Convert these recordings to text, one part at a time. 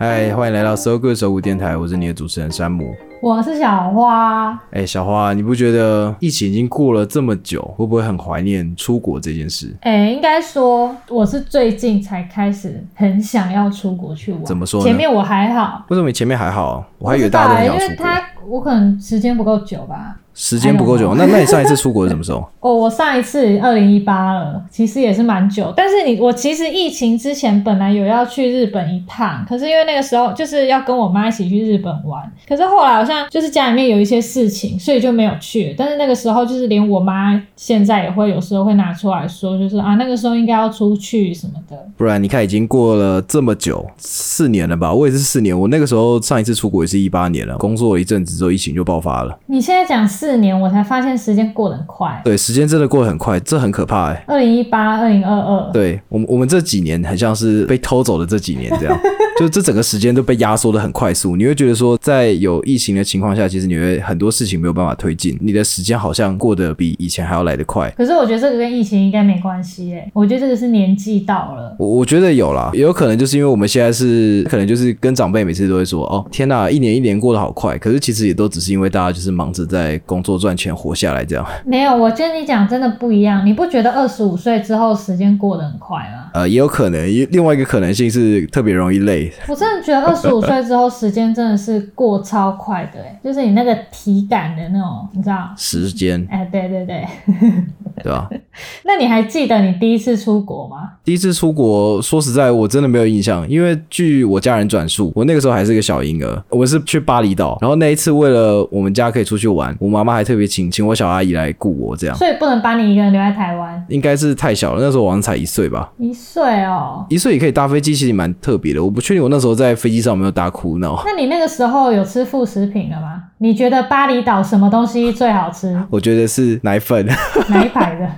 嗨，欢迎来到 So Good 手舞电台，我是你的主持人山姆。我是小花，哎、小花，你不觉得疫情已经过了这么久，会不会很怀念出国这件事？哎、应该说我是最近才开始很想要出国去玩。怎么说呢前面我还好，为什么你前面还好？我还以不为知大道家都欸很因想为出国，他我可能时间不够久吧。时间不够久。 I don't 那那你上一次出国是什么时候？哦，我上一次二零一八了，其实也是蛮久。但是你我其实疫情之前本来有要去日本一趟，可是因为那个时候就是要跟我妈一起去日本玩，可是后来好像就是家里面有一些事情，所以就没有去。但是那个时候就是连我妈现在也会有时候会拿出来说，就是啊那个时候应该要出去什么的。不然你看，已经过了这么久，四年了吧？我也是四年。我那个时候上一次出国也是一八年了，工作了一阵子之后，疫情就爆发了。你现在讲四年，我才发现时间过得很快。对，时间真的过得很快，这很可怕哎、二零一八、二零二二，对我们，我们这几年很像是被偷走的这几年这样，就这整个时间都被压缩的很快速。你会觉得说，在有疫情的情况下，其实你会很多事情没有办法推进，你的时间好像过得比以前还要来得快。可是我觉得这个跟疫情应该没关系诶、我觉得这个是年纪到了。我我觉得有啦，也有可能就是因为我们现在是，可能就是跟长辈每次都会说，哦，天呐，一年一年过得好快。可是其实也都只是因为大家就是忙着在工作赚钱活下来这样。没有，我跟你讲，真的不一样。你不觉得二十五岁之后时间过得很快吗？呃，也有可能，也另外一个可能性是特别容易累，我真的觉得二十五岁之后时间真的是过超快的、欸，就是你那个体感的那种，你知道？时间，哎，对对对。对吧、那你还记得你第一次出国吗？第一次出国，说实在，我真的没有印象，因为据我家人转述，我那个时候还是个小婴儿，我是去巴厘岛，然后那一次为了我们家可以出去玩，我妈妈还特别请请我小阿姨来雇我，这样所以不能把你一个人留在台湾应该是太小了，那时候我好像才一岁吧，一岁哦。一岁也可以搭飞机，其实蛮特别的，我不确定我那时候在飞机上有没有大哭闹。那你那个时候有吃副食品了吗？你觉得巴厘岛什么东西最好吃？我觉得是奶粉，哪一排的？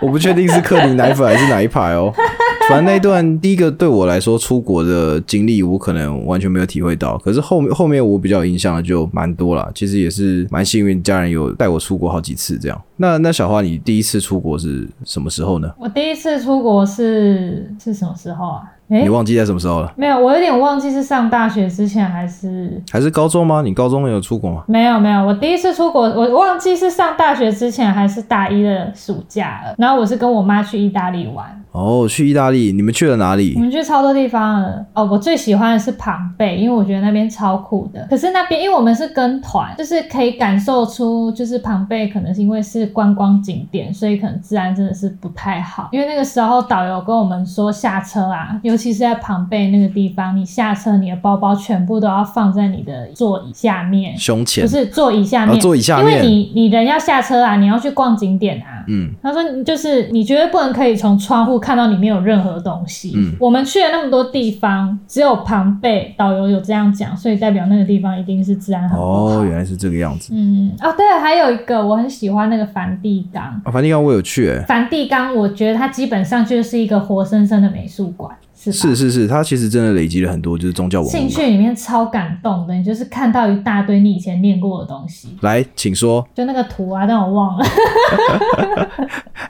我不确定是克林奶粉还是哪一排哦。 反正那一段第一个对我来说出国的经历，我可能完全没有体会到。可是后面后面我比较有印象的就蛮多啦，其实也是蛮幸运，家人有带我出国好几次这样。那那小花，你第一次出国是什么时候呢？我第一次出国是是什么时候啊？诶、你忘记在什么时候了？没有，我有点忘记是上大学之前还是还是高中吗？你高中有出国吗？没有没有，我第一次出国，我忘记是上大学之前还是大一的暑假了。然后我是跟我妈去意大利玩，哦，去意大利，你们去了哪我里？们去超多地方了。哦，我最喜欢的是庞贝，因为我觉得那边超酷的。可是那边因为我们是跟团，就是可以感受出，就是庞贝可能是因为是观光景点，所以可能治安真的是不太好。因为那个时候导游跟我们说下车啊，尤其是在庞贝那个地方，你下车你的包包全部都要放在你的座椅下面。胸前不，是座椅下面，哦座椅下因面为你你人要下车啊，你要去逛景点啊。嗯，他说你就是你绝对不能可以从窗户看到里面有任何东西。嗯我们去了那么多地方，只有庞贝导游有这样讲，所以代表那个地方一定是治安很不好。哦，原来是这个样子。嗯，哦，对了，还有一个我很喜欢那个梵蒂冈。啊，梵蒂冈我有去、欸，梵蒂冈，我觉得它基本上就是一个活生生的美术馆，是吧？是是是，它其实真的累积了很多就是宗教文进物。去里面超感动的，你就是看到一大堆你以前念过的东西，来，请说。就那个图啊，但我忘了。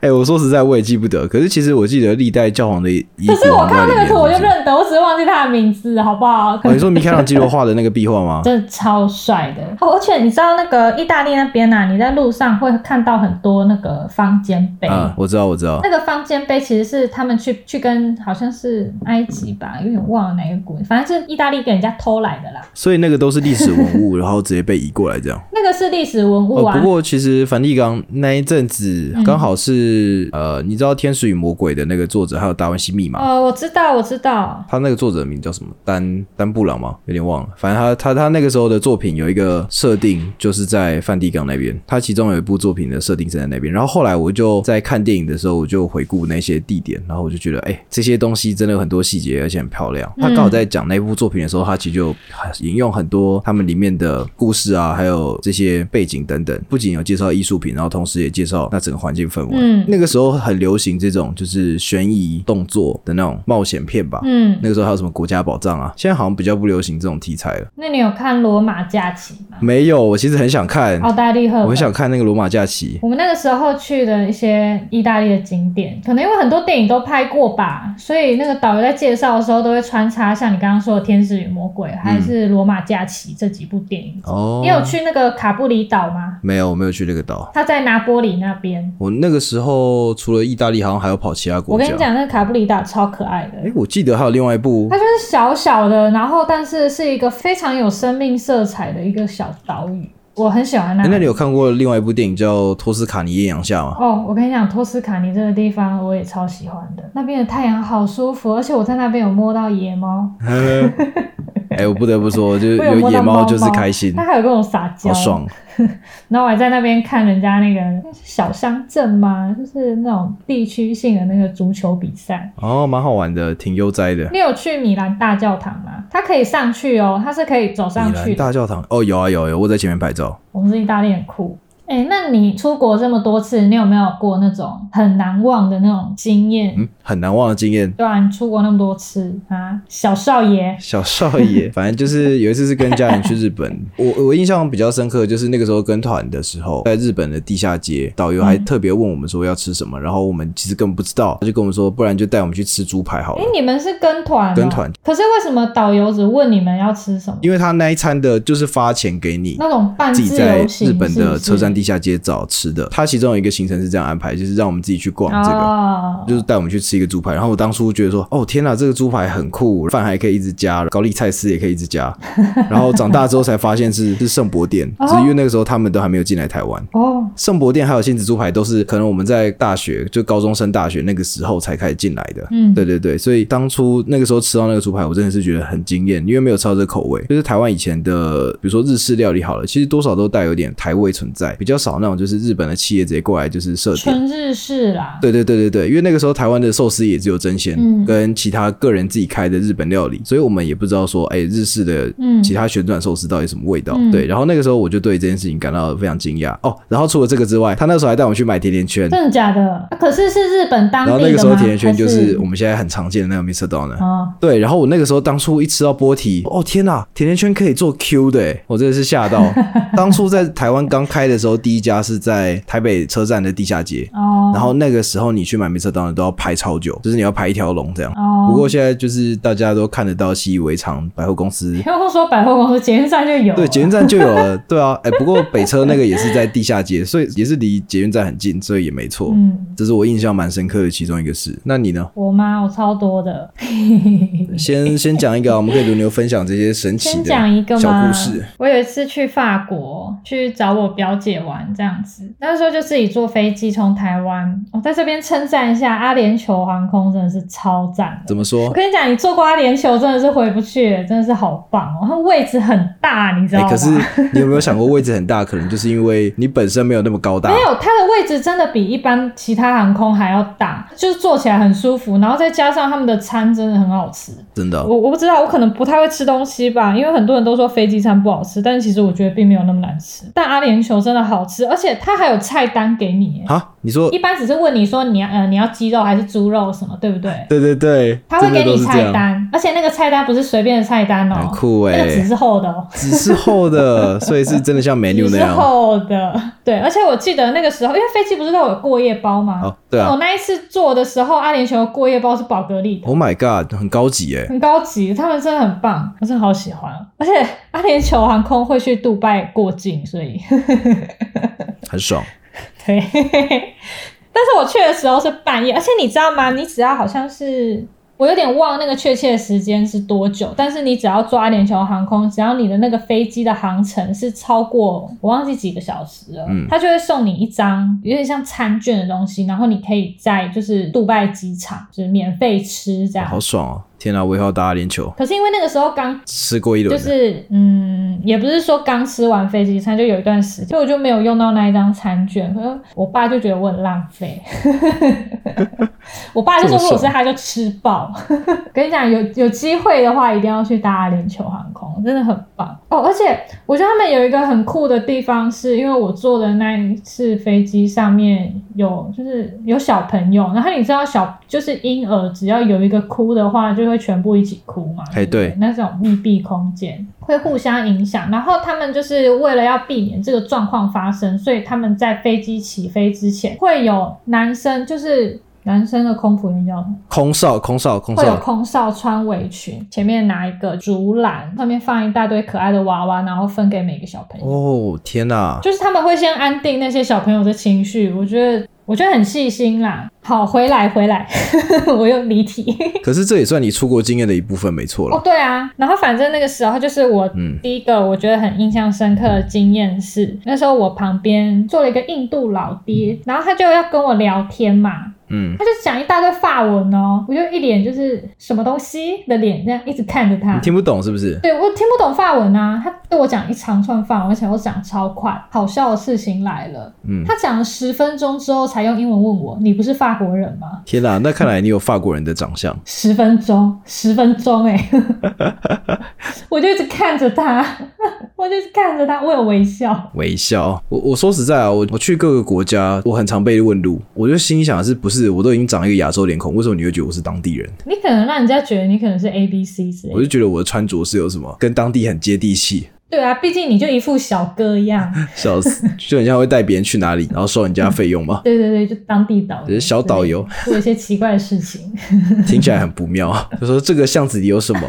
哎、我说实在，我也记不得。可是其实我记得历代教皇的衣服 可是我好像看到那在个里图我就面认得，我只是忘记他的名字，好不好？哦，你说米开朗基罗画的那个壁画 吗？真的超帅的、哦，而且你知道那个意大利那边啊，你在路上会看到很多那个方尖碑。啊，我知道，我知道那。个方尖碑其实是他们去去跟好像是埃及吧，有点忘了哪个国，反正是意大利给人家偷来的啦。所以那个都是历史文 物，然后直接被移过来这样。那个是历史文物哦，啊，不过其实梵蒂冈那一阵子嗯刚好是、呃，你知道《天使与魔鬼》的那个作者，还有达文西密码。呃，我知道，我知道，他那个作者的名叫什么？丹丹布朗吗？有点忘了。反正他他他那个时候的作品有一个设定，就是在梵蒂冈那边。他其中有一部作品的设定是在那边。然后后来我就在看电影的时候，我就回顾那些地点，然后我就觉得，哎、这些东西真的有很多细节，而且很漂亮。他刚好在讲那部作品的时候，他其实就引用很多他们里面的故事啊，还有这些背景等等，不仅有介绍艺术品，然后同时也介绍那整个环境氛围。嗯那个时候很流行这种就是悬疑动作的那种冒险片吧。嗯，那个时候还有什么国家宝藏啊？现在好像比较不流行这种题材了。那你有看《罗马假期》吗？没有，我其实很想看，澳大利赫本我很想看那个罗马假期。我们那个时候去的一些意大利的景点，可能因为很多电影都拍过吧，所以那个导游在介绍的时候都会穿插像你刚刚说的《天使与魔鬼》还是《罗马假期》这几部电影。哦，你有？去那个卡布里岛吗？没有，我没有去那个岛。它在拿波里那边。我那个时候除了意大利，好像还要跑其他国我家。跟你，讲，那个卡布里岛超可爱的哎、，我记得还有另外一部它就是小小的，然后但是是一个非常有生命色彩的一个小岛屿，我很喜欢那哎、里。那你有看过另外一部电影叫《托斯卡尼艳阳下》 吗？哦，我跟你讲，托斯卡尼这个地方我也超喜欢的，那边的太阳好舒服，而且我在那边有摸到野猫，哎、我不得不说，就是我有有摸到野猫猫就是开心，它还有跟我撒娇，嗯好爽。然后我还在那边看人家那个小乡镇嘛，就是那种地区性的那个足球比赛。哦，蛮好玩的，挺悠哉的。你有去米兰大教堂吗？它可以上去哦，它是可以走上米去兰的。大教堂，哦，有啊有啊有，我在前面拍照。我们是意大利很酷。哎、那你出国这么多次，你有没有过那种很难忘的那种经验？嗯，很难忘的经验。对啊，你出国那么多次啊，小少爷，小少 爷，反正就是有一次是跟家人去日本，我我印象比较深刻的就是那个时候跟团的时候，在日本的地下街，导游还特别问我们说要吃什么，然后我们其实根本不知道，他就跟我们说，不然就带我们去吃猪排好了哎、。你们是跟团、跟团。可是为什么导游只问你们要吃什么？因为他那一餐的就是发钱给你，那种半自己自在由行日本的车站地地下街找吃的。他其中有一个行程是这样安排，就是让我们自己去逛这个。哦，就是带我们去吃一个猪排，然后我当初觉得说，哦天哪，这个猪排很酷，饭还可以一直加，高丽菜丝也可以一直加。然后长大之后才发现是是圣博店，哦只是因为那个时候他们都还没有进来台湾。哦，圣博店还有杏子猪排都是可能我们在大学就高中升大学那个时候才开始进来的。嗯对对对，所以当初那个时候吃到那个猪排，我真的是觉得很惊艳，因为没有吃到这个口味。就是台湾以前的，比如说日式料理好了，其实多少都带有点台味存在，比较少那种就是日本的企业直接过来就是设点。纯日式啦。对对对对对，因为那个时候台湾的寿司也只有真鲜，嗯跟其他个人自己开的日本料理，所以我们也不知道说，哎，日式的嗯其他旋转寿司到底什么味道？嗯对，然后那个时候我就对这件事情感到非常惊讶哦。然后除了这个之外，他那时候还带我们去买甜甜圈，真的假的？啊可是是日本当然后地的吗？那个时候甜甜圈就还是我们现在很常见的那个 Mr. Donut。哦，对，然后我那个时候当初一吃到波提，哦天呐，甜甜圈可以做 Q 的欸，我真的是吓到。 当初在台湾刚开的时候，第一家是在台北车站的地下街，哦，然后那个时候你去买米色当然都要排超久，就是你要排一条龙这样。哦，不 过现在就是大家都看得到，习以为常。百货公司不用说百货公司，捷运站就有了。啊对捷运站就有了，对 啊，哎、不过北车那个也是在地下街，所以也是离捷运站很近，所以也没错。嗯，这是我印象蛮深刻的其中一个事。那你呢？我妈我超多的。先先讲一个啊，我们可以轮流分享这些神奇嗯先的讲一个小嘛故事。。我有一次去法国去找我表姐玩，这样子，那时候就自己坐飞机从台湾。哦我、在这边称赞一下阿联酋航空，真的是超赞的。怎么我说？跟你讲，你坐过阿联酋真的是回不去了，真的是好棒哦！它位置很大，你知哎、道吗？可是 你有没有想过，位置很大，可能就是因为你本身没有那么高大没。有，它的位置真的比一般其他航空还要大，就是坐起来很舒服，然后再加上他们的餐真的很好吃。真的，我我不知道，我可能不太会吃东西吧，因为很多人都说飞机餐不好吃，但是其实我觉得并没有那么难吃。但阿联酋真的好吃，而且它还有菜单给你耶。啊，你说一般只是问你说你要呃你要鸡肉还是猪肉什么，对不对？对对对，他会真的给都你是这菜样。单，而且那个菜单不是随便的菜单哦，很酷哎、那个纸是厚的哦。纸是厚 的，所以是真的像美纸女那是样。厚的，对，而且我记得那个时候，因为飞机不是都有过夜包吗？哦，对啊我那一次坐的时候，阿联酋的过夜包是宝格丽的， ，Oh my god，很高级哎。很高级，他们真的很棒，我真的好喜欢。哦而且阿联酋航空会去杜拜过境，所以很爽。对。但是我去的时候是半夜，而且你知道吗？你只要好像是我有点忘那个确切的时间是多久，但是你只要坐阿联酋航空，只要你的那个飞机的航程是超过我忘记几个小时了，嗯它就会送你一张有点像餐券的东西，然后你可以在就是杜拜机场就是免费吃这样。好爽哦！天啊，我以后要打阿联酋，可是因为那个时候刚吃过一轮就了。是嗯，也不是说刚吃完飞机餐，就有一段时间，所以我就没有用到那一张餐券。可是我爸就觉得我很浪费， 我爸就说如果是他就吃爆。跟你讲，有有机会的话一定要去搭阿联酋航空，真的很棒。哦，哦，而且我觉得他们有一个很酷的地方是，因为我坐的那一次飞机上面有就是有小朋友，然后你知道小就是婴儿只要有一个哭的话，就会全部一起哭嘛。哎不对那种密闭空间会互相影响，然后他们就是为了要避免这个状况发生，所以他们在飞机起飞之前会有男生就是。男生的空服员叫什么空少，空少，空会有少，空少穿围裙，前面拿一个竹篮，上面放一大堆可爱的娃娃，然后分给每个小朋友。哦天哪，就是他们会先安定那些小朋友的情绪，我觉得我觉得很细心啦。好，回来回来， 我又离题。可是这也算你出国经验的一部分，没错哦了，。对啊，然后反正那个时候就是我嗯第一个我觉得很印象深刻的经验是，那时候我旁边坐了一个印度老爹，然后他就要跟我聊天嘛，嗯，他就讲一大堆法文哦，我就一脸就是什么东西的脸，这样一直看着他你。听不懂是不是？对我听不懂法文啊，他对我讲一长串法文，而且我讲超快。好笑的事情来了，嗯，他讲了十分钟之后才用英文问我：“你不是法国人吗天哪，那看来你有法国人的长相？”。十分钟，十分钟、欸， 哎，我就一直看着他， 我就一直看着他，我有微笑。微笑。哦我我说实在啊，我我去各个国家，我很常被问路，我就心想是不是我都已经长一个亚洲脸孔，为什么你会觉得我是当地人？你可能让人家觉得你可能是 A B C 之类我的就觉得我的穿着是有什么跟当地很接地气，对啊，毕竟你就一副小哥 一样。笑死，就很像会带别人去哪里，然后收人家费用嘛，对对对，就当地导只游，是小导游，做一些奇怪的事情。 听起来很不妙。啊就说这个巷子里有什么？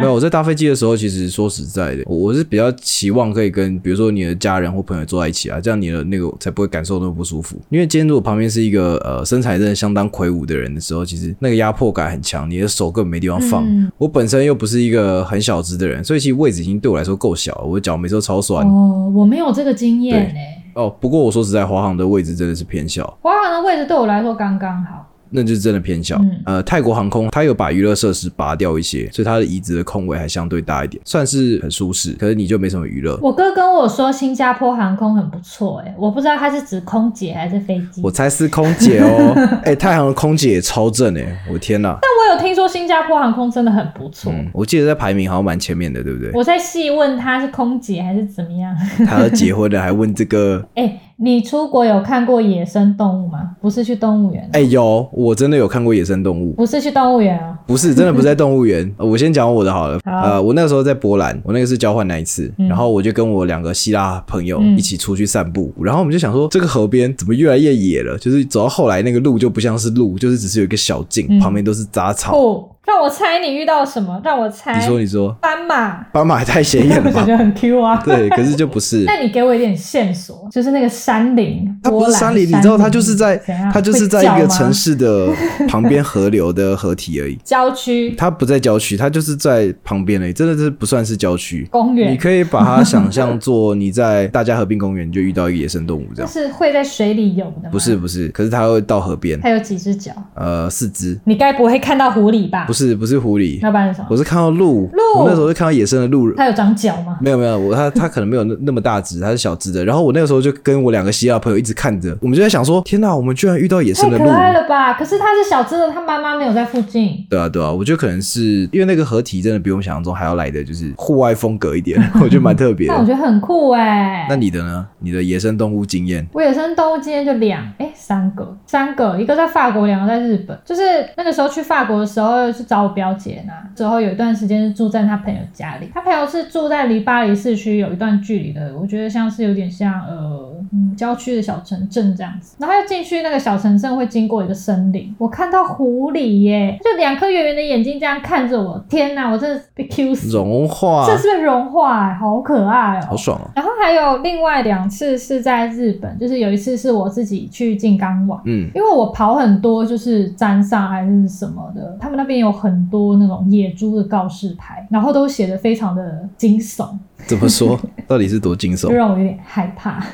没有，我在搭飞机的时候，其实说实在的，我我是比较期望可以跟，比如说你的家人或朋友坐在一起啊，这样你的那个才不会感受那么不舒服。因为今天如果旁边是一个呃身材真的相当魁梧的人的时候，其实那个压迫感很强，你的手根本没地方放。嗯我本身又不是一个很小只的人，所以其实位置已经对我来说够小了，我的脚每次都超酸。哦，我没有这个经验哎、欸。哦，不过我说实在，华航的位置真的是偏小。华航的位置对我来说刚刚好。那就是真的偏小。嗯呃，泰国航空它有把娱乐设施拔掉一些，所以它的椅子的空位还相对大一点，算是很舒适。可是你就没什么娱乐。我哥跟我说新加坡航空很不错，哎，我不知道他是指空姐还是飞机。我猜是空姐哦， 哎、太行的空姐也超正哎、我天呐！但我有听说新加坡航空真的很不错。嗯，我记得在排名好像蛮前面的，对不对？我在细问他是空姐还是怎么样。 他要结婚了还问这个，哎、你出国有看过野生动物吗？不是去动物园、哎、有，我真的有看过野生动物，不是去动物园啊、不是，真的不是在动物 园。呃我先讲我的好了。好呃，我那个时候在波兰，我那个是交换那一次，然后我就跟我两个希腊朋友嗯一起出去散步，然后我们就想说，这个河边怎么越来越野了？就是走到后来，那个路就不像是路，就是只是有一个小径，嗯旁边都是杂草。哦，让我猜你遇到什么？让我猜。你说，你说，斑马，斑马也太显眼了我觉 吧？得很 Q 啊。对，可是就不是。那你给我一点线索，就是那个山林，它不波是兰山山林，你知道，它就是在怎样它就是在会一叫个吗城市的旁边河流的河体而已，郊区它不在郊区，它就是在旁边而已，真的是不算是郊区。公园你，可以把它想象做你在大家河滨公园就遇到一个野生动物这就 样，是会在水里游的吗？不是，不是，可是它会到河边，它有几只脚？呃，四肢，你该不会看到狐狸吧？不，是不是狐狸，要不然是什么我？是看到鹿，嗯鹿我那时候就看到野生的鹿，它有长脚吗？没有没有，我它它可能没有那那么大只，它是小只的。然后我那个时候就跟我两个西亚朋友一直看着，我们就在想说，天哪，我们居然遇到野太生的可鹿。爱了吧！可是它是小只的，它妈妈没有在附近。对啊，对啊，我觉得可能是因为那个合体真的比我们想象中还要来的，就是户外风格一点，我觉得蛮特别 那我的。觉得很酷哎、那你的呢？你的野生动物经验？我野生动物今天就两哎、三个，三个，一个在法国，两个在日本。就是那个时候去法国的时候是找我表姐呢，之后有一段时间是住在她朋友家里，她朋友是住在离巴黎市区有一段距离的，我觉得像是有点像呃嗯郊区的小城镇这样子。然后要进去那个小城镇会经过一个森林，我看到狐狸耶，就两颗圆圆的眼睛这样看着我，天哪，我真的是被 Q 死，融化，这是被融化、哎好可爱哦、好爽哦。然后还有另外两次是在日本，就是有一次是我自己去静冈玩，嗯，因为我跑很多，就是山上还是什么的，他们那边有很多那种野猪的告示牌，然后都写的非常的惊悚，怎么 说？到底是多惊就悚？让我有点害怕。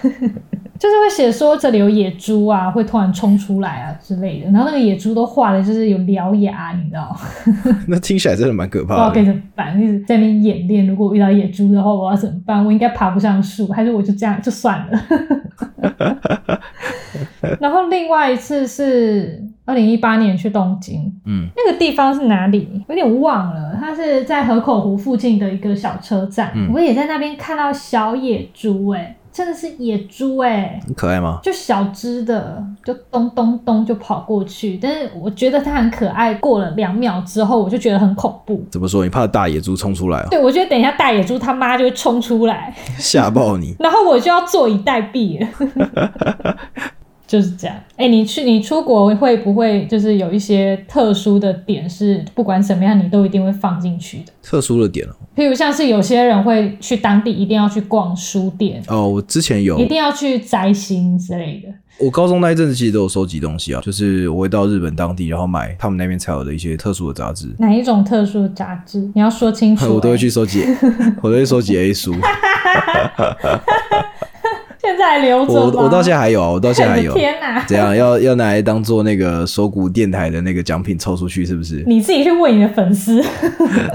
就是会写说这里有野猪啊，会突然冲出来啊之类的，然后那个野猪都画的就是有獠牙，你知道吗？那听起来真的蛮可不知道怕该的。怎么办，一直在那边演练。如果遇到野猪的话，我要怎么办？我应该爬不上树，还是我就这样就算了？然后另外一次是二零一八年去东京，嗯，那个地方是哪里？有点忘了，它是在河口湖附近的一个小车站。嗯我也在那边看到小野猪、哎，真的是野猪、哎，很可爱吗？就小只的，就咚咚咚就跑过去。但是我觉得它很可爱，过了两秒之后，我就觉得很恐怖。怎么说？你怕大野猪冲出来哦，对，我觉得等一下大野猪他妈就会冲出来， 吓爆你！然后我就要坐以待毙了。 就是这样。哎、你去你出国会不会就是有一些特殊的点是，不管怎么样你都一定会放进去的？特殊的点哦，譬如像是有些人会去当地一定要去逛书店，哦，我之前有一定要去摘星之类的。我高中那一阵子其实都有收集东西啊，就是我会到日本当地，然后买他们那边才有的一些特殊的杂志，哪一种特殊的杂志？你要说清楚、 我都会哎去。收集，我都会收集 A 书，现在还留着我吗我到现在还有啊，我到现 在还有。天哪、？怎样？要要拿来当做那个手鼓电台的那个奖品抽出去，是不是你自己去问你的粉 丝。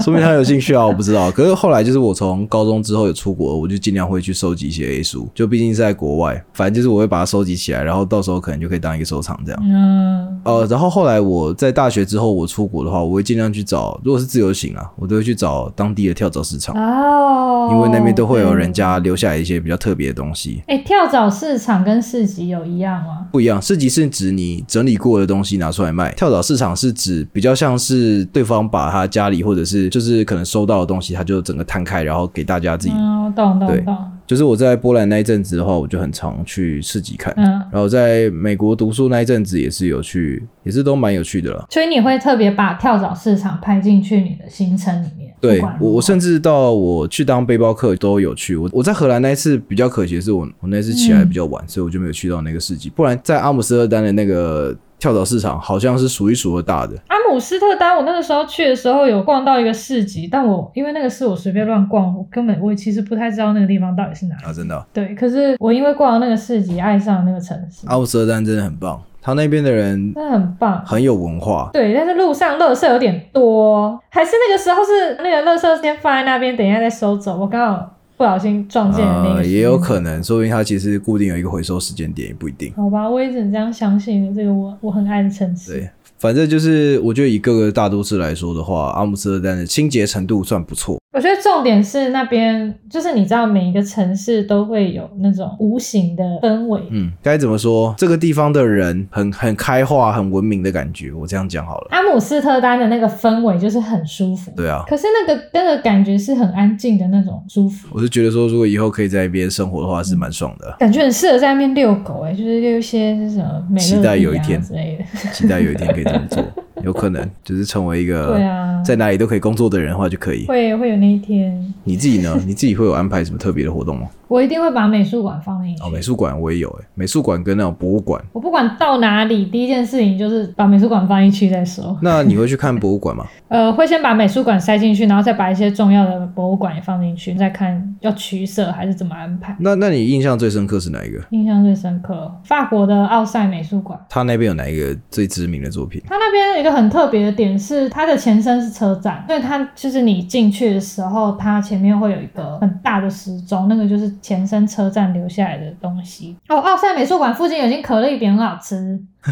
说明他有兴趣啊，我不知道。可是后来就是我从高中之后有出国，我就尽量会去收集一些 A 书，就毕竟是在国外，反正就是我会把它收集起来，然后到时候可能就可以当一个收藏这样。嗯，呃，然后后来我在大学之后，我出国的话，我会尽量去找，如果是自由行啊，我都会去找当地的跳蚤市场，哦，因为那边都会有人嗯家留下来一些比较特别的东西。哎、跳蚤市场跟市集有一样吗？不一样，市集是指你整理过的东西拿出来卖，跳蚤市场是指比较像是对方把他家里或者是就是可能收到的东西，他就整个摊开，然后给大家自己。嗯，我懂对懂懂。就是我在波兰那一阵子的话，我就很常去市集看，嗯，然后在美国读书那一阵子也是有去，也是都蛮有趣的啦。所以你会特别把跳蚤市场拍进去你的行程里面。对不管我，我如甚至到我去当背包客都有去。我我在荷兰那一次比较可惜的是我，我那次起来比较晚，嗯所以我就没有去到那个市集。不然在阿姆斯特丹的那个跳蚤市场，好像是数一数二大的。何阿姆斯特丹，我那个时候去的时候有逛到一个市集，但我因为那个是我随便乱逛，我根本我其实不太知道那个地方到底是哪里。啊，真的哦、对，可是我因为逛了那个市集，爱上了那个城市，阿姆斯特丹真的很棒，他那边的人真的很棒。很有文化。对，但是路上垃圾有点多，还是那个时候是那个垃圾先放在那边，等一下再收走。我刚好不小心撞见了那个、呃，也有可能，说不定他其实固定有一个回收时间点，也不一定。好吧，我一直这样相信这个我我很爱的城市。对，反正就是我觉得以各个大都市来说的话，阿姆斯特丹的清洁程度算不错。我觉得重点是那边，就是你知道每一个城市都会有那种无形的氛围。嗯，该怎么说？这个地方的人很很开化、很文明的感觉。我这样讲好了。阿姆斯特丹的那个氛围就是很舒服，对啊，可是那个那个感觉是很安静的那种舒服，我是觉得说，如果以后可以在那边生活的话，是蛮爽 的。感觉很适合在那边遛狗、欸，哎，就是遛一些是什么美乐期待蒂有一啊天之类的。期待有一天可以这么做，有可能就是成为一个对啊呃在哪里都可以工作的人的话就可以。会会有那一天，你自己呢？你自己会有安排什么特别的活动吗？我一定会把美术馆放进去。 哦，美术馆我也有诶、美术馆跟那种博物馆。我不管到哪里，第一件事情就是把美术馆放进去再说。那你会去看博物馆吗？呃，会先把美术馆塞进去，然后再把一些重要的博物馆也放进去，再看要取舍还是怎么安排。那那你印象最深刻是哪一个？印象最深刻，法国的奥赛美术馆，他那边有哪一个最知名的作品？它那边有一个很特别的点是，它的前身是车站，所以它就是你进去的时候，它前面会有一个很大的时钟，那个就是前身车站留下来的东西。哦，奥赛美术馆附近有一间可乐饼很好吃，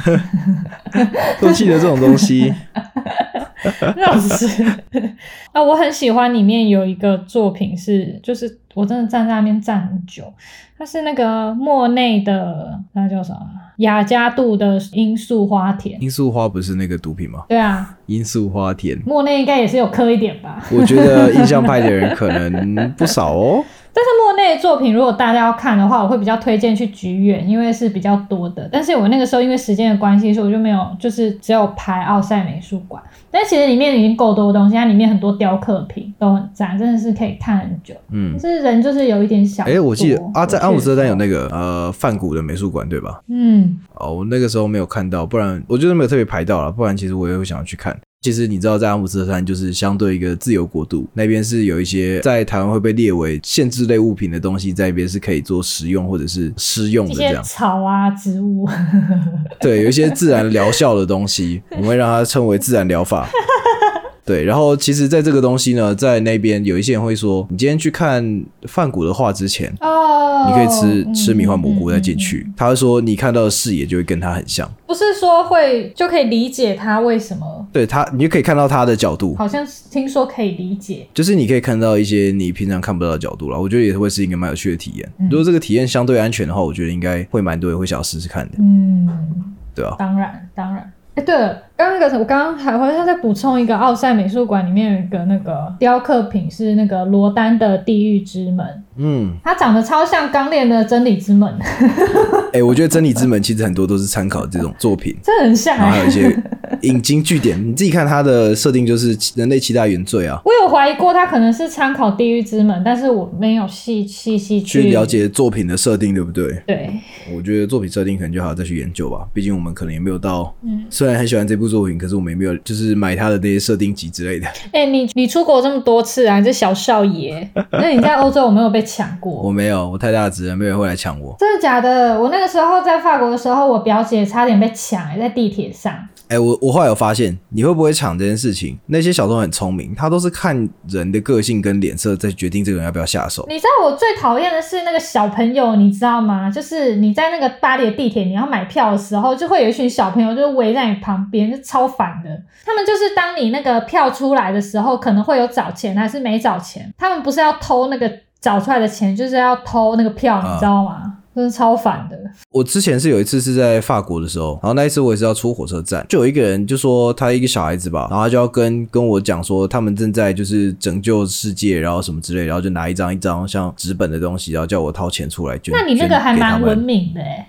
都记得这种东西，老师， 啊，我很喜欢里面有一个作品是，就是我真的站在那边站很久，它是那个莫内的那叫什么啊雅加杜的罂粟花田。 罂粟花不是那个毒品吗？对啊，罂粟花田，莫内应该也是有磕一点吧。我觉得印象派的人可能不少 哦。但是莫内的作品，如果大家要看的话，我会比较推荐去橘园，因为是比较多的。但是我那个时候因为时间的关系，所以我就没有，就是只有排奥赛美术馆。但其实里面已经够多东西，它里面很多雕刻品都很赞，真的是可以看很久。嗯可，是人就是有一点小。哎、我记得啊，在阿姆斯特丹有那个，个呃梵谷的美术馆对吧？嗯，哦，我那个时候没有看到，不然我就是没有特别排到了，不然其实我也会想要去看。其实你知道，在阿姆斯特丹就是相对一个自由国度，那边是有一些在台湾会被列为限制类物品的东西，在那边是可以做食用或者是食用一的这些样。草啊、植物， 对，有一些自然疗效的东西，我们会让它称为自然疗 法。对，然后其实，在这个东西呢，在那边有一些人会说，你今天去看梵谷的画之前， 哦， 你可以吃吃米换蘑菇再进嗯嗯嗯去。他会说，你看到的视野就会跟它很像。嗯不是说会就可以理解它为什么对他，你就可以看到他的角度，好像是听说可以理解。就是你可以看到一些你平常看不到的角度啦。我觉得也会是一个蛮有趣的体验。嗯如果这个体验相对安全的话，我觉得应该会蛮多人会想要试试看的，嗯，对 吧、当然当然。哎，对了，刚刚那个我刚刚还好像再补充一个，奥赛美术馆里面有一个那个雕刻品是那个罗丹的《地狱之门》，嗯，它长得超像刚练的《真理之门》， 哎、我觉得真理之门其实很多都是参考这种作品，真的很像、然后还有一欸。些引经据典。你自己看它的设定就是人类七大原罪啊，我有怀疑过它可能是参考《地狱之门》，但是我没有细细细去了。解作品的设定，对不对？对，我觉得作品设定可能就还要再去研究吧，毕竟我们可能也没有到，嗯虽然很喜欢这部作品，可是我们也没有就是买它的那些设定集之类的，哎、你你出国这么多次啊，你这小少爷， 那你在欧洲有没有被抢过我？没有，我太大只了，没有人会来抢我。真的假的？我那个时候在法国的时候，我表姐差点被抢、欸，在地铁上。哎、我我后来有发现，你会不会抢这件事情，那些小偷很聪明，他都是看人的个性跟脸色再决定这个人要不要下手。你知道我最讨厌的是那个小朋友，你知道吗？就是你在那个巴黎的地铁，你要买票的时候，就会有一群小朋友就围在你旁边，就超烦的。他们就是当你那个票出来的时候，可能会有找钱还是没找钱，他们不是要偷那个找出来的钱，就是要偷那个票，嗯你知道吗？真的超烦的。我之前是有一次是在法国的时候，然后那一次我也是要出火车站，就有一个人就说他一个小孩子吧，然后他就要跟跟我讲说他们正在就是拯救世界，然后什么之类，然后就拿一张一张像纸本的东西，然后叫我掏钱出来捐。那你那个捐还给他蛮们文明的哎、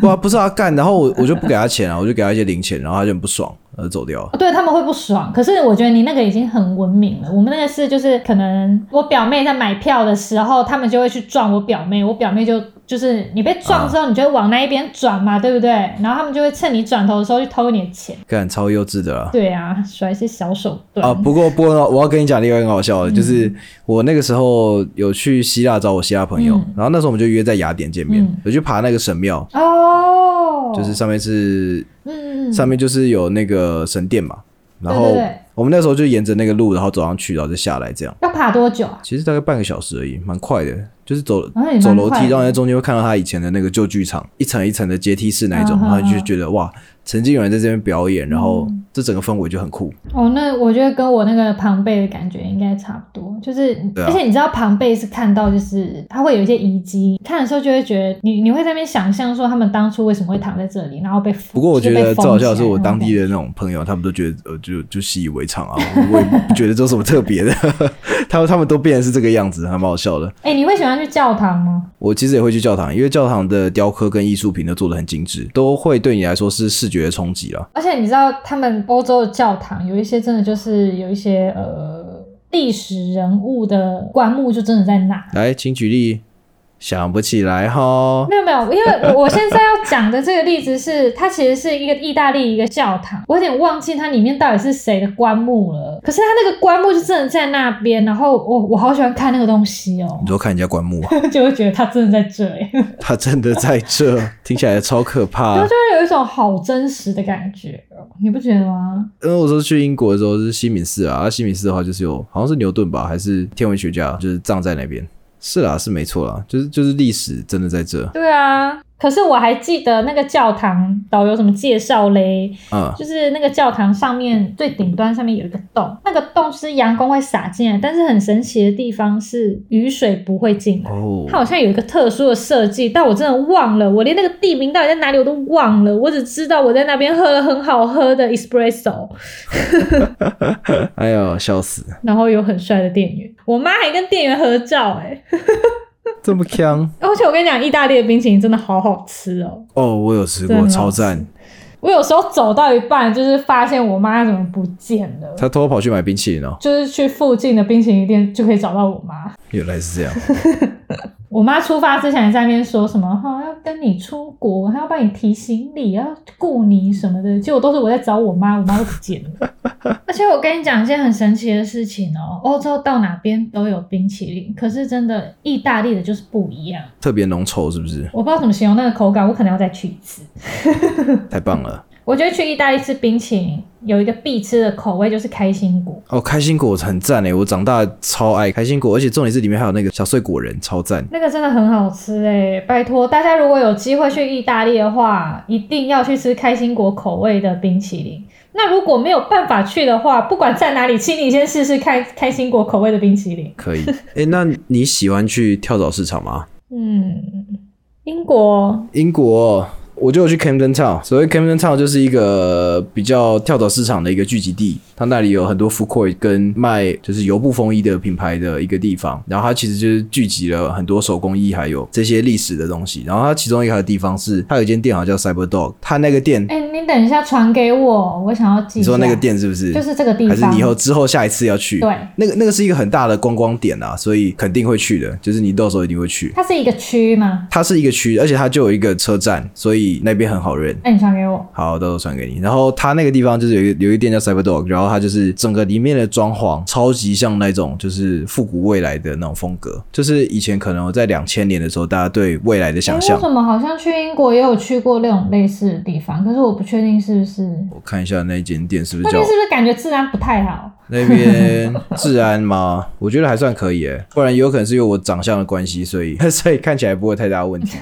不、啊、不是他干，然后我我就不给他钱啊，我就给他一些零钱，然后他就很不爽，然后就走掉了。哦对他们会不爽，可是我觉得你那个已经很文明了。我们那个是就是可能我表妹在买票的时候，他们就会去撞我表妹，我表妹就就是你被撞啊之后，你就会往那一边转嘛，对不对？然后他们就会趁你转头的时候去偷你的钱。干超幼稚的 啦。对啊，耍一些小手段。啊，不过不过我要跟你讲另外一个很好笑的，就是我那个时候有去希腊找我希腊朋友，嗯然后那时候我们就约在雅典见面，嗯我去爬那个神庙，哦，就是上面是嗯嗯上面就是有那个神殿嘛，然对后对对我们那时候就沿着那个路，然后走上去，然后就下来，这样要爬多久啊？其实大概半个小时而已，蛮快的。就是走啊也蛮走楼快梯，的然后在中间会看到他以前的那个旧剧场，一层一层的阶梯式那一种，啊然啊后啊你就觉得哇，曾经有人在这边表演，然后嗯这整个氛围就很酷。哦，那我觉得跟我那个庞贝的感觉应该差不多，就是，对啊而且你知道庞贝是看到就是它会有一些遗迹，看的时候就会觉得你你会在那边想象说他们当初为什么会躺在这里，然后被不过我觉得最好笑的是，我当地人，的那种朋友，他们都觉得呃，就就习以为常啊，我也不觉得这有什么特别的， 他们他们都变成是这个样子，还蛮好笑的。哎、你会喜欢去教堂吗？我其实也会去教堂，因为教堂的雕刻跟艺术品都做的很精致，都会对你来说是视觉的冲击啦。而且你知道他们欧洲的教堂有一些真的就是有一些呃历史人物的棺木就真的在那，来，请举例，想不起来哈。没有没有，因为我我现在要讲的这个例子是，它其实是一个意大利一个教堂，我有点忘记它里面到底是谁的棺木了。可是它那个棺木就真的在那边，然后我我好喜欢看那个东西 哦你，说看人家棺木啊，就会觉得它真的在这里，然他真的在这，听起来超可怕后。就会有一种好真实的感觉哦，你不觉得吗？因为我说去英国的时候是西敏寺啊，啊西敏寺的话就是有好像是牛顿吧，还是天文学家，就是葬在那边。是啦，是没错啦，就是就是历史真的在这对啊。可是我还记得那个教堂导游怎么介绍嘞，啊、就是那个教堂上面最顶端上面有一个洞，那个洞是阳光会洒进来，但是很神奇的地方是雨水不会进来。哦它，好像有一个特殊的设计，但我真的忘了，我连那个地名到底在哪里我都忘了，我只知道我在那边喝了很好喝的 espresso，哎呦，笑死，然后有很帅的店员，我妈还跟店员合照哎、这么强而且我跟你讲，意大利的冰淇淋真的好好吃哦、哦！我有吃真过，的很好超吃赞。我有时候走到一半，就是发现我妈怎么不见了，他偷偷跑去买冰淇淋哦，就是去附近的冰淇淋店就可以找到我妈。原来是这样。我妈出发之前还在那边说什么哈、要跟你出国，还要帮你提行李，要雇你什么的。结果都是我在找我妈，我妈都不见了。 而且我跟你讲一件很神奇的事情哦，欧洲到哪边都有冰淇淋，可是真的意大利的就是不一样。特别浓稠，是不是？我不知道怎么形容那个口感，我可能要再去一次。太棒了！我觉得去意大利吃冰淇淋有一个必吃的口味就是开心果，哦，开心果很赞欸诶，我长大超爱开心果，而且重点是里面还有那个小碎果仁，超赞。那个真的很好吃哎、拜托大家如果有机会去意大利的话，一定要去吃开心果口味的冰淇淋。那如果没有办法去的话，不管在哪里，请你先试试看开心果口味的冰淇淋。可以，哎、那你喜欢去跳蚤市场吗？嗯，英国英国我就有去 Camden Town，所谓 Camden Town 就是一个比较跳蚤市场的一个聚集地，它那里有很多 food court 跟卖就是油布风衣的品牌的一个地方，然后它其实就是聚集了很多手工艺还有这些历史的东西，然后它其中一个地方是它有一间店好像叫 Cyber Dog，它那个店哎、你等一下传给我，我想要记。你说那个店是不是？就是这个地还方，是你以后之后下一次要去？对那个那个是一个很大的观光点啊，所以肯定会去的，就是你到时候一定会去。它是一个区吗？它是一个区，而且它就有一个车站，所以那边很好认。哎那、你传给我。好，到时候传给你。然后它那个地方就是有一个有一个店叫 Cyberdog，然后它就是整个里面的装潢超级像那种就是复古未来的那种风格，就是以前可能在两千年的时候，大家对未来的哎想象为。什么好像去英国也有去过那种类似的地方？可是我不确定是不是我看一下那间店是不那是叫边是不是感觉治安不太好？那边治安吗？ 我觉得还算可以诶，不然也有可能是因为我长相的关系，所以 所以看起来不会太大问题。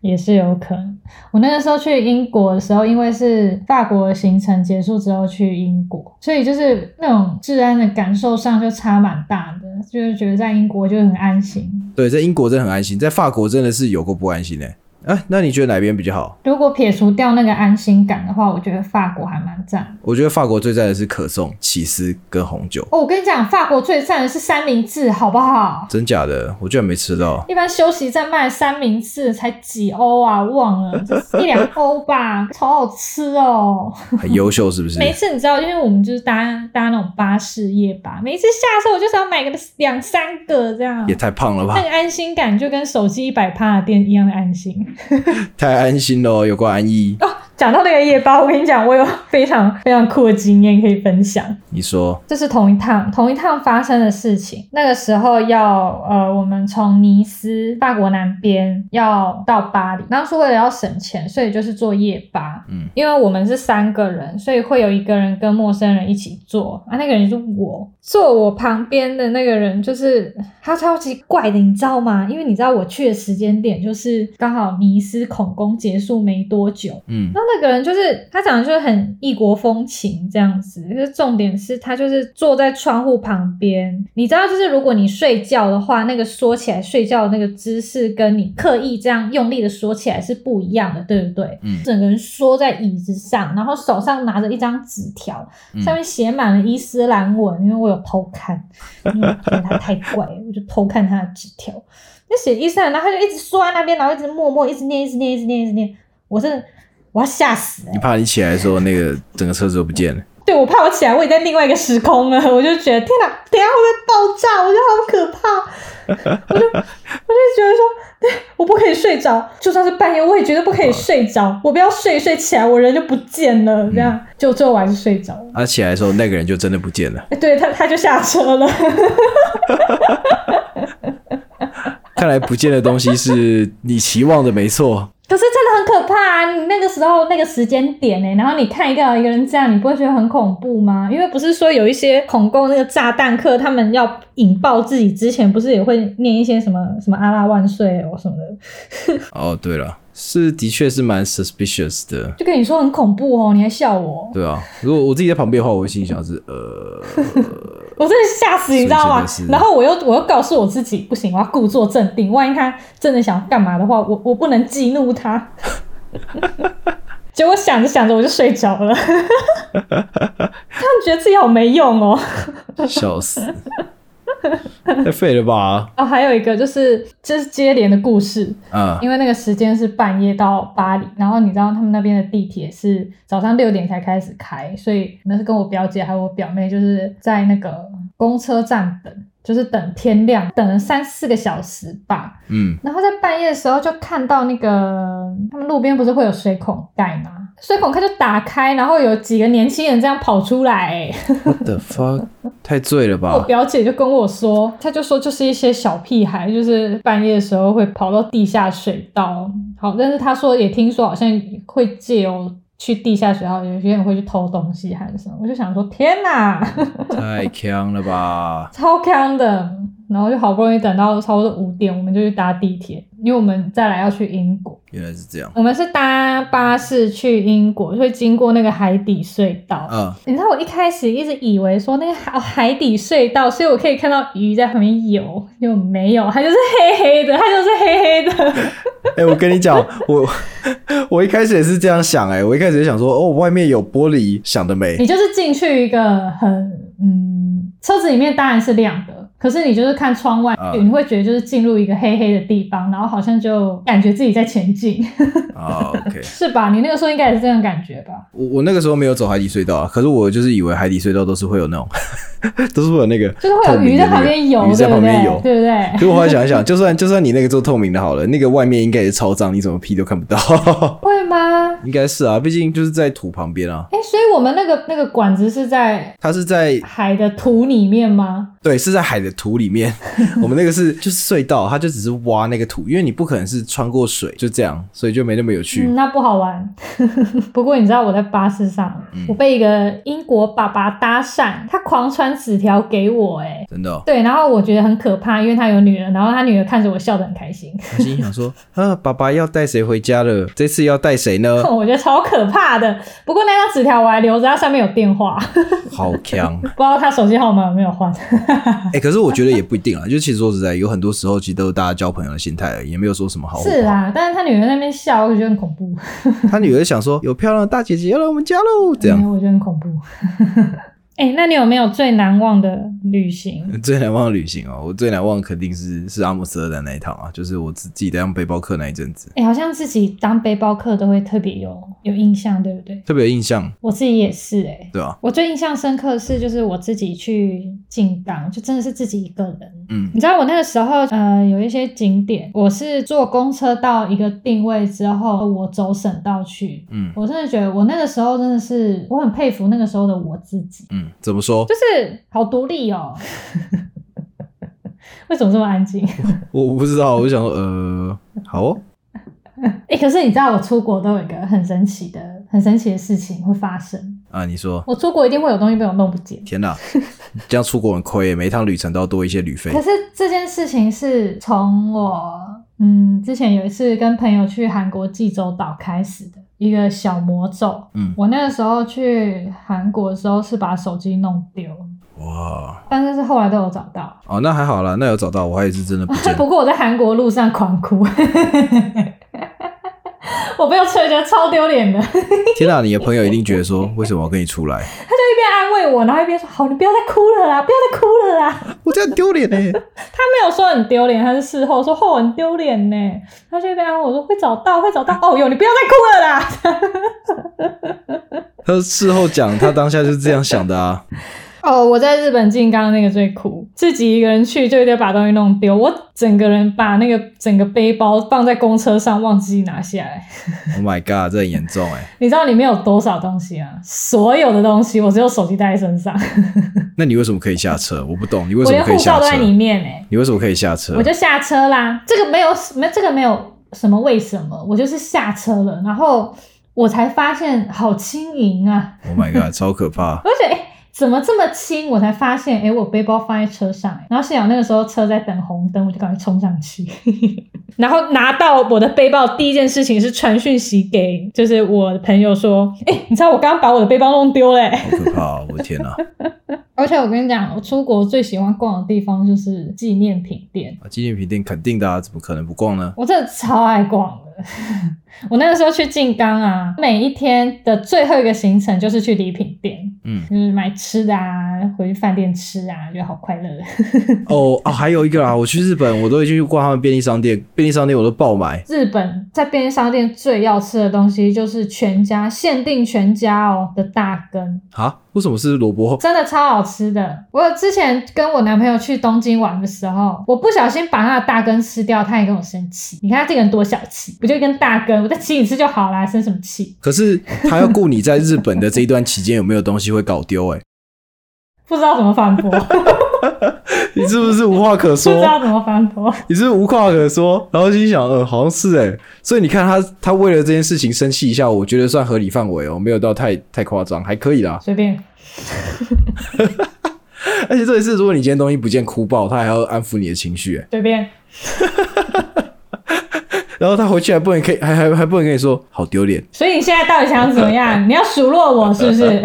也是有可能。我那个时候去英国的时候，因为是法国的行程结束之后去英国，所以就是那种治安的感受上就差蛮大的，就是觉得在英国就很安心。对，在英国真的很安心，在法国真的是有够不安心诶。啊，那你觉得哪边比较好？如果撇除掉那个安心感的话，我觉得法国还蛮赞的。我觉得法国最赞的是可颂、起司跟红酒，哦，我跟你讲，法国最赞的是三明治，好不好？真假的？我居然没吃到。一般休息站卖的三明治才几欧啊，忘了一两欧吧，好好吃哦。很优秀是不是？每一次你知道，因为我们就是搭搭那种巴士夜巴，每一次下车我就想买个两三个这样也，太胖了那吧，个安心感就跟手机一百趴的店一样的安心。 太安心了哦，有关安逸。讲到那个夜巴，我跟你讲，我有非常非常酷的经验可以分享。你说这是同一趟同一趟发生的事情。那个时候要呃，我们从尼斯法国南边要到巴黎，当初为了要省钱，所以就是坐夜巴。嗯，因为我们是三个人，所以会有一个人跟陌生人一起坐啊，那个人就是我。坐我旁边的那个人就是他超级怪的，你知道吗？因为你知道我去的时间点就是刚好尼斯恐攻结束没多久，嗯，然后那个人就是他长得就是很异国风情这样子，就是重点是他就是坐在窗户旁边，你知道，就是如果你睡觉的话，那个缩起来睡觉的那个姿势跟你刻意这样用力的缩起来是不一样的，对不对？嗯整个人缩在椅子上，然后手上拿着一张纸条，嗯上面写满了伊斯兰文，因为我有偷看，因为我觉得他太怪了，我就偷看他的纸条。那写伊斯兰，然后他就一直缩在那边，然后一直默默一直念，一直念，一直念，一直念。我真的我要吓死了、你怕你起来的时候那个整个车子都不见了，对我怕我起来我也在另外一个时空了，我就觉得天哪，等一下会不会爆炸？我觉得好可怕，我就我就觉得说，对，我不可以睡着，就算是半夜我也绝对不可以睡着，我不要睡一睡起来我人就不见了，这样就最后我还是睡着了。啊，起来的时候那个人就真的不见了。哎对他，他就下车了。看来不见的东西是你期望的没错，可是真的很可怕啊！你那个时候那个时间点呢、欸然后你看一个一个人这样，你不会觉得很恐怖吗？因为不是说有一些恐攻那个炸弹客，他们要引爆自己之前，不是也会念一些什么什么阿拉万岁哦什么的，哦，对了，是的确是蛮 suspicious 的，就跟你说很恐怖哦，你还笑我，对啊。如果我自己在旁边的话，我会心里想是呃，我真的吓死你知道所以真吗的是？然后我又我又告诉我自己不行，我要故作镇定，万一他真的想干嘛的话，我我不能激 怒他。结果想着想着我就睡 着了，他们觉得自己好没用哦。笑死，太废了吧？哦，还有一个就是这是接连的故事，啊，因为那个时间是半夜到巴黎，然后你知道他们那边的地铁是早上六点才开始开，所以那是跟我表姐还有我表妹就是在那个公车站等，就是等天亮，等了三四个小时吧。嗯，然后在半夜的时候就看到那个他们路边不是会有水孔盖吗？水孔盖就打开，然后有几个年轻人这样跑出来、欸 What the fuck，太醉了我吧？表姐就跟我说，她就说就是一些小屁孩，就是半夜的时候会跑到地下水道。好，但是她说也听说好像会借由去地下学校，有些人会去偷东西还是什么，我就想说天哪， 太强了吧！超坑的。然后就好不容易等到差不多五点，我们就去搭地铁，因为我们再来要去英国。原来是这样。我们是搭巴士去英国，会经过那个海底隧道。嗯，你知道我一开始一直以为说那个海哦海底隧道，所以我可以看到鱼在旁边游，就没有，它就是黑黑的，它就是黑黑的。 哎、我跟你讲，我 我一开始也是这样想、哎，我一开始也想说，哦，外面有玻璃，想得美你。就是进去一个很嗯，车子里面当然是亮的，可是你就是看窗外，啊你会觉得就是进入一个黑黑的地方，然后好像就感觉自己在前进， 啊，OK，是吧？你那个时候应该也是这样感觉吧？我我那个时候没有走海底隧道啊，可是我就是以为海底隧道都是会有那种， 都是会有那个就是会透有明鱼的在那个旁边游，鱼在对不旁边对？游。对不 对？可我后来想一想，就算就算你那个做透明的好了，那个外面应该也是超脏，你怎么屁都看不到。 会吗？应该是啊，毕竟就是在土旁边啊。哎、所以我们那个那个管子是在它是在海的土里面吗？对，是在海的土里面。 我们那个是就是隧道，它就只是挖那个土，因为你不可能是穿过水，就这样，所以就没那么有趣。嗯，那不好玩。 不过你知道我在巴士上，嗯我被一个英国爸爸搭讪，他狂传纸条给我、哎。真的、哦，对，然后我觉得很可怕，因为他有女儿，然后他女儿看着我笑得很开 心，我心里想说，啊，爸爸要带谁回家了？这次要带谁呢？我觉得超可怕的。不过那张纸条我还留着，它上面有电话， 不好 强！知道他手机号码有没有换。哎、可是我觉得也不一定啊。就其实说实在，有很多时候其实都是大家交朋友的心态而已，也没有说什么好。是啦，但是他女儿在那边笑，我觉得很恐怖。他女儿想说，有漂亮的大姐姐要来我们家喽，这没样。有我觉得很恐怖。 哎、那你有没有最难忘的旅行？ 最难忘的旅行哦，我最难忘肯定是是阿姆斯特丹那一趟啊，就是我自自己当背包客那一阵子，哎、好像自己当背包客都会特别有有印象，对不对？特别有印象，我自己也是哎、对吧、我最印象深刻的是，就是我自己去进港，就真的是自己一个人。嗯你知道我那个时候，呃，有一些景点，我是坐公车到一个定位之后，我走省道去。嗯我真的觉得，我那个时候真的是，我很佩服那个时候的我自己，嗯，怎么说？就是好独立哦。 为什么这么安静？ 我我不知道，我就想说，呃，好哦，哎、可是你知道，我出国都有一个很神奇的、很神奇的事情会发生。啊，你说，我出国一定会有东西被我弄不见。天哪，这样出国很亏耶，每一趟旅程都要多一些旅 费可。是这件事情是从我嗯之前有一次跟朋友去韩国济州岛开始的一个小魔咒。嗯我那个时候去韩国的时候是把手机弄丢，哇，但是是后来都有找到。哦，那还好啦，那有找到，我还以为是真的不 见了。不过我在韩国路上狂哭， 我被我吹觉得超丢脸的。他天哪，你的朋友一定觉得说，为什么我跟你出来？就一边安慰我，然后一边说：“好，你不要再哭了啦，不要再哭了啦。”我这样丢脸呢？他没有说很丢脸，他是事后说后很丢脸呢。他就一边安慰我说会找到，会找到。哦哟，你不要再哭了啦。他事后讲，他当下就是这样想的啊。哦，我在日本进刚刚那个最苦，自己一个人去就有点把东西弄丢，我整个人把那个整个背包放在公车上，忘记拿下来。 Oh my god，这很严重哎。你知道里面有多少东西啊？所有的东西，我只有手机带在身上，那你为什么可以下车？我不懂，你为我什么连可护以下照都在里车？啊面哎、你为什么可以下车我？就下车啦。这个没有没这个没有什么为什么，我就是下车了，然后我才发现好轻盈啊。 Oh my god，超可怕！我就觉得哎、诶怎么这么轻？我才发现，哎、我背包放在车上、诶然后幸好那个时候车在等红灯，我就赶快冲上去， 然后拿到我的背包，第一件事情是传讯息给，就是我的朋友说，哎、你知道我刚刚把我的背包弄丢哎嘞、好可怕哦、我的天哪、而且我跟你讲，我出国最喜欢逛的地方就是纪念品店，啊！纪念品店肯定的啊，怎么可能不逛呢？我真的超爱逛 的。我那个时候去静冈啊，每一天的最后一个行程就是去礼品店，嗯，就是买吃的啊，回去饭店吃啊，觉得好快乐。 哦哦，还有一个啦，我去日本，我都会去逛他们便利商店，便利商店我都爆买。日本在便利商店最要吃的东西就是全家限定全家哦的大根，啊？为什么是萝卜？真的超好吃的。我之前跟我男朋友去东京玩的时候，我不小心把他的大根吃掉，他也跟我生气。你看他这个人多小气，不就一根大根，我再请你吃就好啦，生什么气？可是他要顾欸你在日本的这一段期间有没有东西会搞丢哎、不知道怎么反驳。 你是不是无话可不说知？道怎么反驳。你是不是无话可说？然后心想，嗯，好像是哎、所以你看他，他为了这件事情生气一下，我觉得算合理范围哦，没有到太太夸张，还可以啦。随便，而且这也是，如果你今天东西不见哭爆，他还要安抚你的情绪、欸，随便，然后他回去还不能可以，还还还不能跟你说好丢脸。所以你现在到底想怎么样？你要数落我是不是？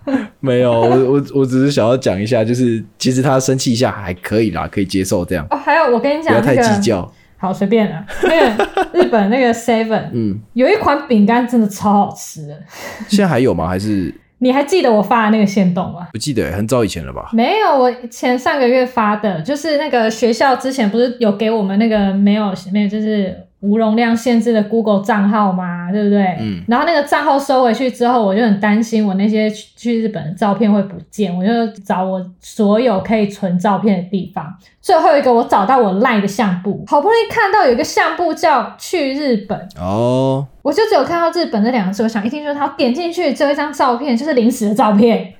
没有，我我我只是想要讲一下，就是其实他生气一下还可以啦，可以接受这样，哦，还有我跟你不讲要那太计个，较。好随便啊，那个日本那个 Seven 嗯，有一款饼干真的超好吃的，现在还有吗？还是你还记得我发的那个线动吗？不记得、欸？很早以前了吧？没有，我前上个月发的，就是那个学校之前不是有给我们那个没有没有就是无容量限制的 Google 账号嘛，对不对？嗯。然后那个账号收回去之后，我就很担心我那些去去日本的照片会不见，我就找我所有可以存照片的地方。最后一个我找到我赖的相簿，好不容易看到有一个相簿叫去日本，哦，我就只有看到日本这两个字，我想一听说它点进去只有一张照片，就是临时的照片。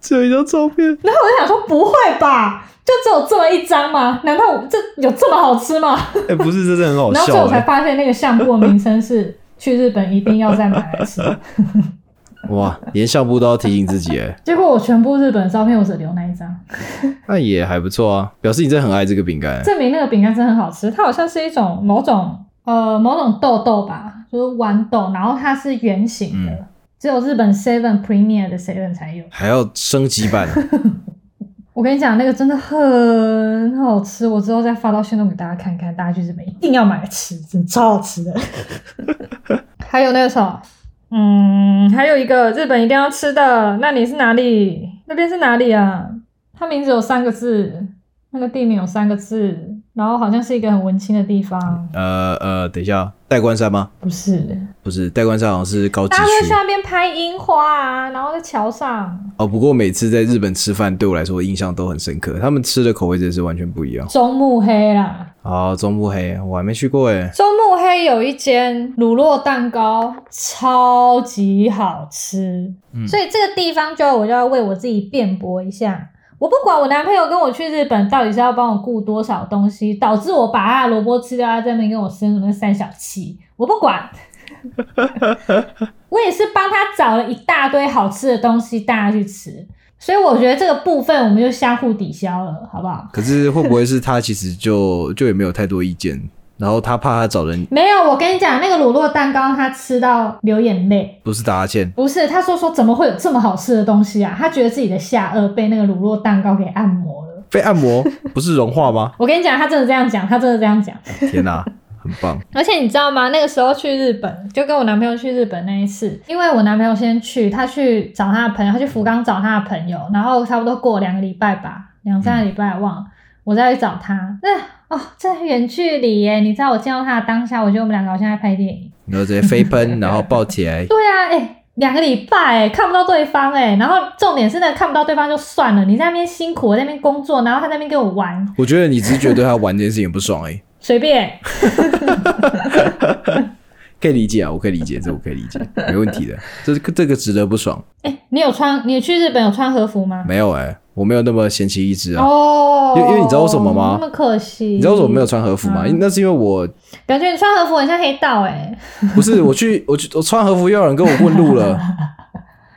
只有一张照片，然后我就想说，不会吧？就只有这么一张吗？难道我这有这么好吃吗？哎、不是，这真的很好然后最后笑、我才欸。发现那个相簿的名称是去日本一定要再买 来吃。哇，连相簿都要提醒自己、欸，哎，结果我全部日本的照片，我只留那一张，那也还不错啊，表示你真的很爱这个饼干、欸。证明那个饼干真的很好吃。它好像是一种某种呃某种豆豆吧，就是豌豆，然后它是圆形的，嗯只有日本 Seven Premier 的 Seven 才有。还要升级版，我跟你讲，那个真的很好吃，我之后再发到线动给大家看看，大家去日本一定要买来吃，真的超好吃 的。还有那个什么，嗯，还有一个日本一定要吃的，那你是哪里？那边是哪里啊？它名字有三个字，那个地名有三个字，然后好像是一个很文青的地方，呃呃，等一下，代官山吗？不是？不是，代官山好像是高级大家会去区那边拍樱花啊，然后在桥上，哦。不过每次在日本吃饭，对我来说印象都很深刻，他们吃的口味真的是完全不一样。中目黑啦，啊，中目黑我还没去过哎，中目黑有一间乳酪蛋糕，超级好吃。嗯所以这个地方就要我就要为我自己辩驳一下。我不管我男朋友跟我去日本到底是要帮我雇多少东西，导致我把他的萝卜吃掉，他在那边跟我生什么三小七，我不管。我也是帮他找了一大堆好吃的东西，大家去吃。所以我觉得这个部分我们就相互抵消了，好不好？可是会不会是他其实就就也没有太多意见，然后他怕他找人没有，我跟你讲，那个乳酪蛋糕他吃到流眼泪。不是搭线，不是，他说说怎么会有这么好吃的东西啊？他觉得自己的下颚被那个乳酪蛋糕给按摩了。被按摩不是融化吗？我跟你讲，他真的这样讲，他真的这样讲。天哪、很棒！而且你知道吗？那个时候去日本，就跟我男朋友去日本那一次，因为我男朋友先去，他去找他的朋友，他去福冈找他的朋友，然后差不多过两个礼拜吧，两三个礼拜忘了，我再去找他。那哦，这远距离耶！你知道我见到他的当下，我觉得我们两个好像在拍电影。然后直接飞喷，然后抱起来，对啊，哎、两个礼拜、哎，看不到对方哎、然后重点是那个看不到对方就算了，你在那边辛苦，我在那边工作，然后他在那边跟我玩，我觉得你只是觉得对他玩这件事情不爽而已，随便。可以理解啊，我可以理解，这我可以理解，没问题的。这这个值得不爽，哎、你有穿？你去日本有穿和服吗？没有哎、我没有那么闲情逸致啊。哦，因为因为你知道为什么吗那么可惜，你知道为什么没有？穿和服吗？嗯那是因为我感觉你穿和服很像黑道哎、不是我去我去我穿和服，又有人跟我问路了。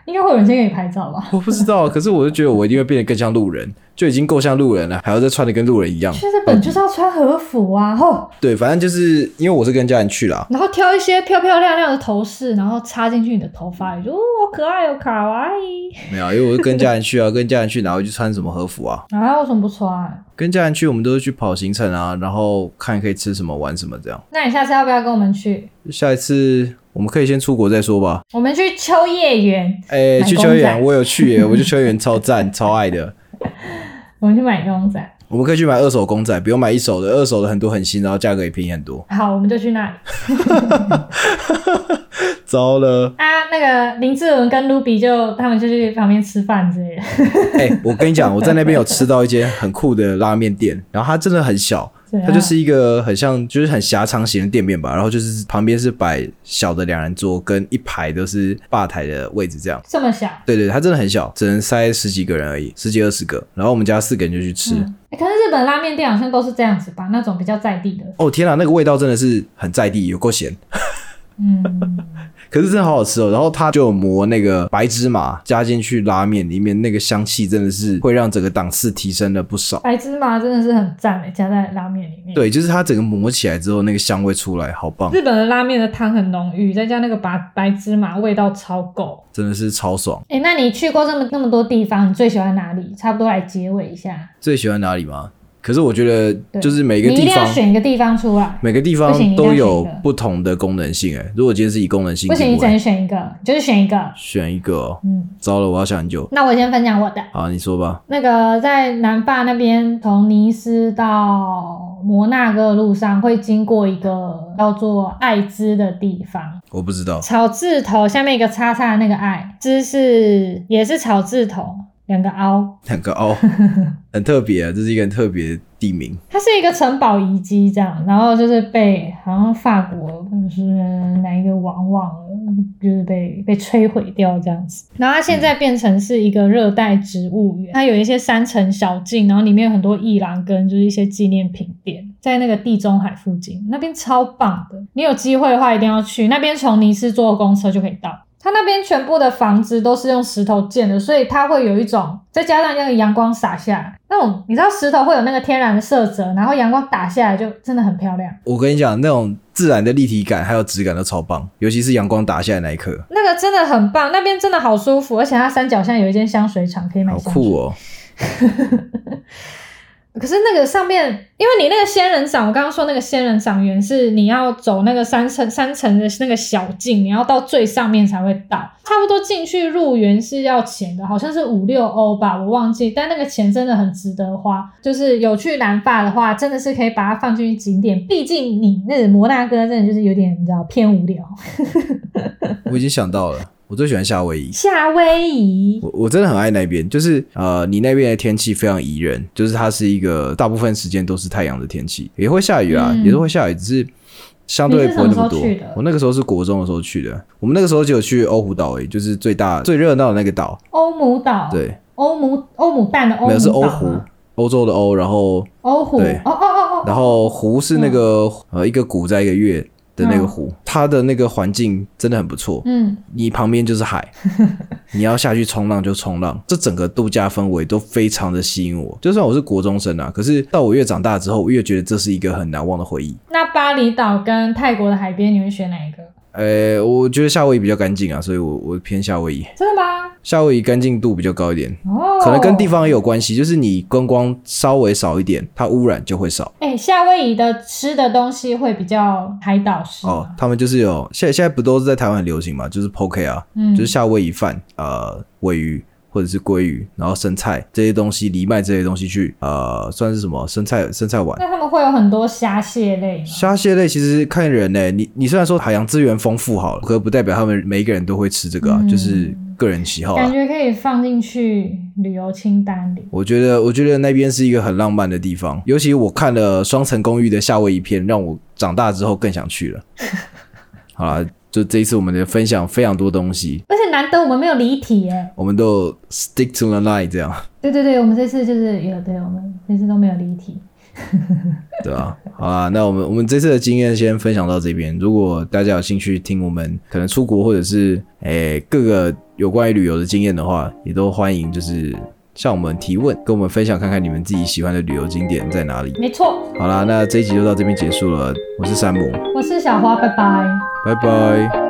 应该会有人先给你拍照吧？我不知道，可是我就觉得我一定会变得更像路人，就已经够像路人了，还要再穿的跟路人一样。去日本就是要穿和服啊，吼、对，反正就是因为我是跟家人去啦，然后挑一些漂漂亮亮的头饰，然后插进去你的头发，你就哦，好可爱哦，卡哇伊。没有，因为我是跟家人去啊， 跟家人去哪会去穿什么和服啊？啊，为什么不穿？跟家人去，我们都是去跑行程啊，然后看可以吃什么、玩什么这样。那你下次要不要跟我们去？下一次我们可以先出国再说吧。我们去秋叶原，哎、买去公秋叶仔原我有去耶，我去秋叶原超赞、 超爱的。我们去买公仔。我们可以去买二手公仔，不用买一手的，二手的很多很新，然后价格也便宜很多。好，我们就去那里糟了，啊。那个林志文跟 Ruby 就他们就去旁边吃饭之 类的，哎、我跟你讲，我在那边有吃到一间很酷的拉面店，然后它真的很小，怎样它就是一个很像，就是很狭长型的店面吧，然后就是旁边是摆小的两人桌，跟一排都是吧台的位置这样。这么小。对对，它真的很小，只能塞十几个人而已，十几二十个。然后我们家四个人就去吃，嗯欸可是日本拉面店好像都是这样子吧，那种比较在地的。哦天哪，那个味道真的是很在地，有够咸， 嗯，可是真的好好吃哦。然后它就有磨那个白芝麻加进去拉面里面，那个香气真的是会让整个档次提升了不少。白芝麻真的是很赞诶，加在拉面里面。，对，就是它整个磨起来之后，那个香味出来，好棒，日本的拉面的汤很浓郁，再加那个白白芝麻，味道超够。真的是超爽。哎、那你去过这么那么多地方，你最喜欢哪里？差不多来结尾一下。最喜欢哪里吗？可是我觉得对就是每个你一地定要方。选一个地方出来，每个地不行方一定都要选一个有不同的功能性、欸，如果今天是以功能性不行，定你只能位，选一个，你就是选一个。选一个、哦，嗯，糟了，我要想很久。那我先分享我的。好，你说吧。那个在南法那边，从尼斯到摩纳哥的路上会经过一个叫做爱知的地方，我不知 道，草字头下面一个叉叉的那个爱，知是也是草字头两个凹，两个凹，很特别、啊，这是一个很特别的地名。它是一个城堡遗迹这样，然后就是被好像法国就是哪一个王忘了，就是被被摧毁掉这样子。然后它现在变成是一个热带植物园，它有一些山城小径，然后里面有很多艺廊跟就是一些纪念品店，在那个地中海附近，那边超棒的。你有机会的话一定要去，那边从尼斯坐公车就可以到。它那边全部的房子都是用石头建的，所以它会有一种再加上那个阳光洒下来，那种你知道石头会有那个天然的色泽，然后阳光打下来就真的很漂亮。我跟你讲，那种自然的立体感还有质感都超棒，尤其是阳光打下来那一刻，那个真的很棒，那边真的好舒服，而且它山脚下有一间香水厂可以买好香水。酷哦！可是那个上面，因为你那个仙人掌，我刚刚说那个仙人掌园是你要走那个三层三层的那个小径，你要到最上面才会到。差不多进去入园是要钱的，好像是五六欧吧，我忘记。但那个钱真的很值得花，就是有去南法的话，真的是可以把它放进去景点。毕竟你那个摩纳哥真的就是有点你知道偏无聊。我已经想到了，我最喜欢夏威夷。夏威夷，我我真的很爱那边，就是呃，你那边的天气非常宜人，就是它是一个大部分时间都是太阳的天气，也会下雨啊，嗯也是会下雨，只是相对不会那么多你是什么时候去的。我那个时候是国中的时候去的，我们那个时候只有去欧胡岛而已，就是最大最热闹的那个岛，欧姆岛，，对，欧姆欧姆蛋的哦欧没姆岛有吗，是欧湖，欧洲的欧，然后欧湖，对哦哦哦哦，然后湖是那个、呃一个谷在一个月的那个嗯湖，它的那个环境真的很不错，嗯。你旁边就是海，你要下去冲浪就冲浪，这整个度假氛围都非常的吸引我。就算我是国中生啊，可是到我越长大之后，我越觉得这是一个很难忘的回忆。那巴厘岛跟泰国的海边，你会选哪一个？呃，我觉得夏威夷比较干净啊，所以我我偏夏威夷，真的吗？夏威夷干净度比较高一点，哦，可能跟地。方也有关系，就是你观光稍微少一点，它污染就会少。哎、夏威夷的吃的东西会比较海岛式吗哦，，他们就是有现在现在不都是在台湾很流行嘛，就是 poke 啊，嗯，就是夏威夷饭、呃，尾鱼或者是鲑鱼，然后生菜这些东西，藜麦这些东西去，呃，算是什么生菜生菜碗。那他们会有很多虾蟹类吗？虾蟹类其实看人呢、你你虽然说海洋资源丰富好了，可不代表他们每一个人都会吃这个啊，嗯就是个人喜好感啊。觉可以放进去旅游清单里。我觉得，我觉得那边是一个很浪漫的地方，尤其我看了《双层公寓》的夏威夷片，让我长大之后更想去了。好啦，就这一次我们的分享非常多东西，而且难得我们没有离题哎，我们都有 stick to the line 这样。对对对，我们这次就是有，对我们这次都没有离题。对啊，好啦，那我们我们这次的经验先分享到这边。如果大家有兴趣听我们可能出国或者是诶、各个有关于旅游的经验的话，也都欢迎就是向我们提问，跟我们分享看看你们自己喜欢的旅游景点在哪里。没错，好啦，那这一集就到这边结束了，我是山姆，我是小花，拜拜。拜拜。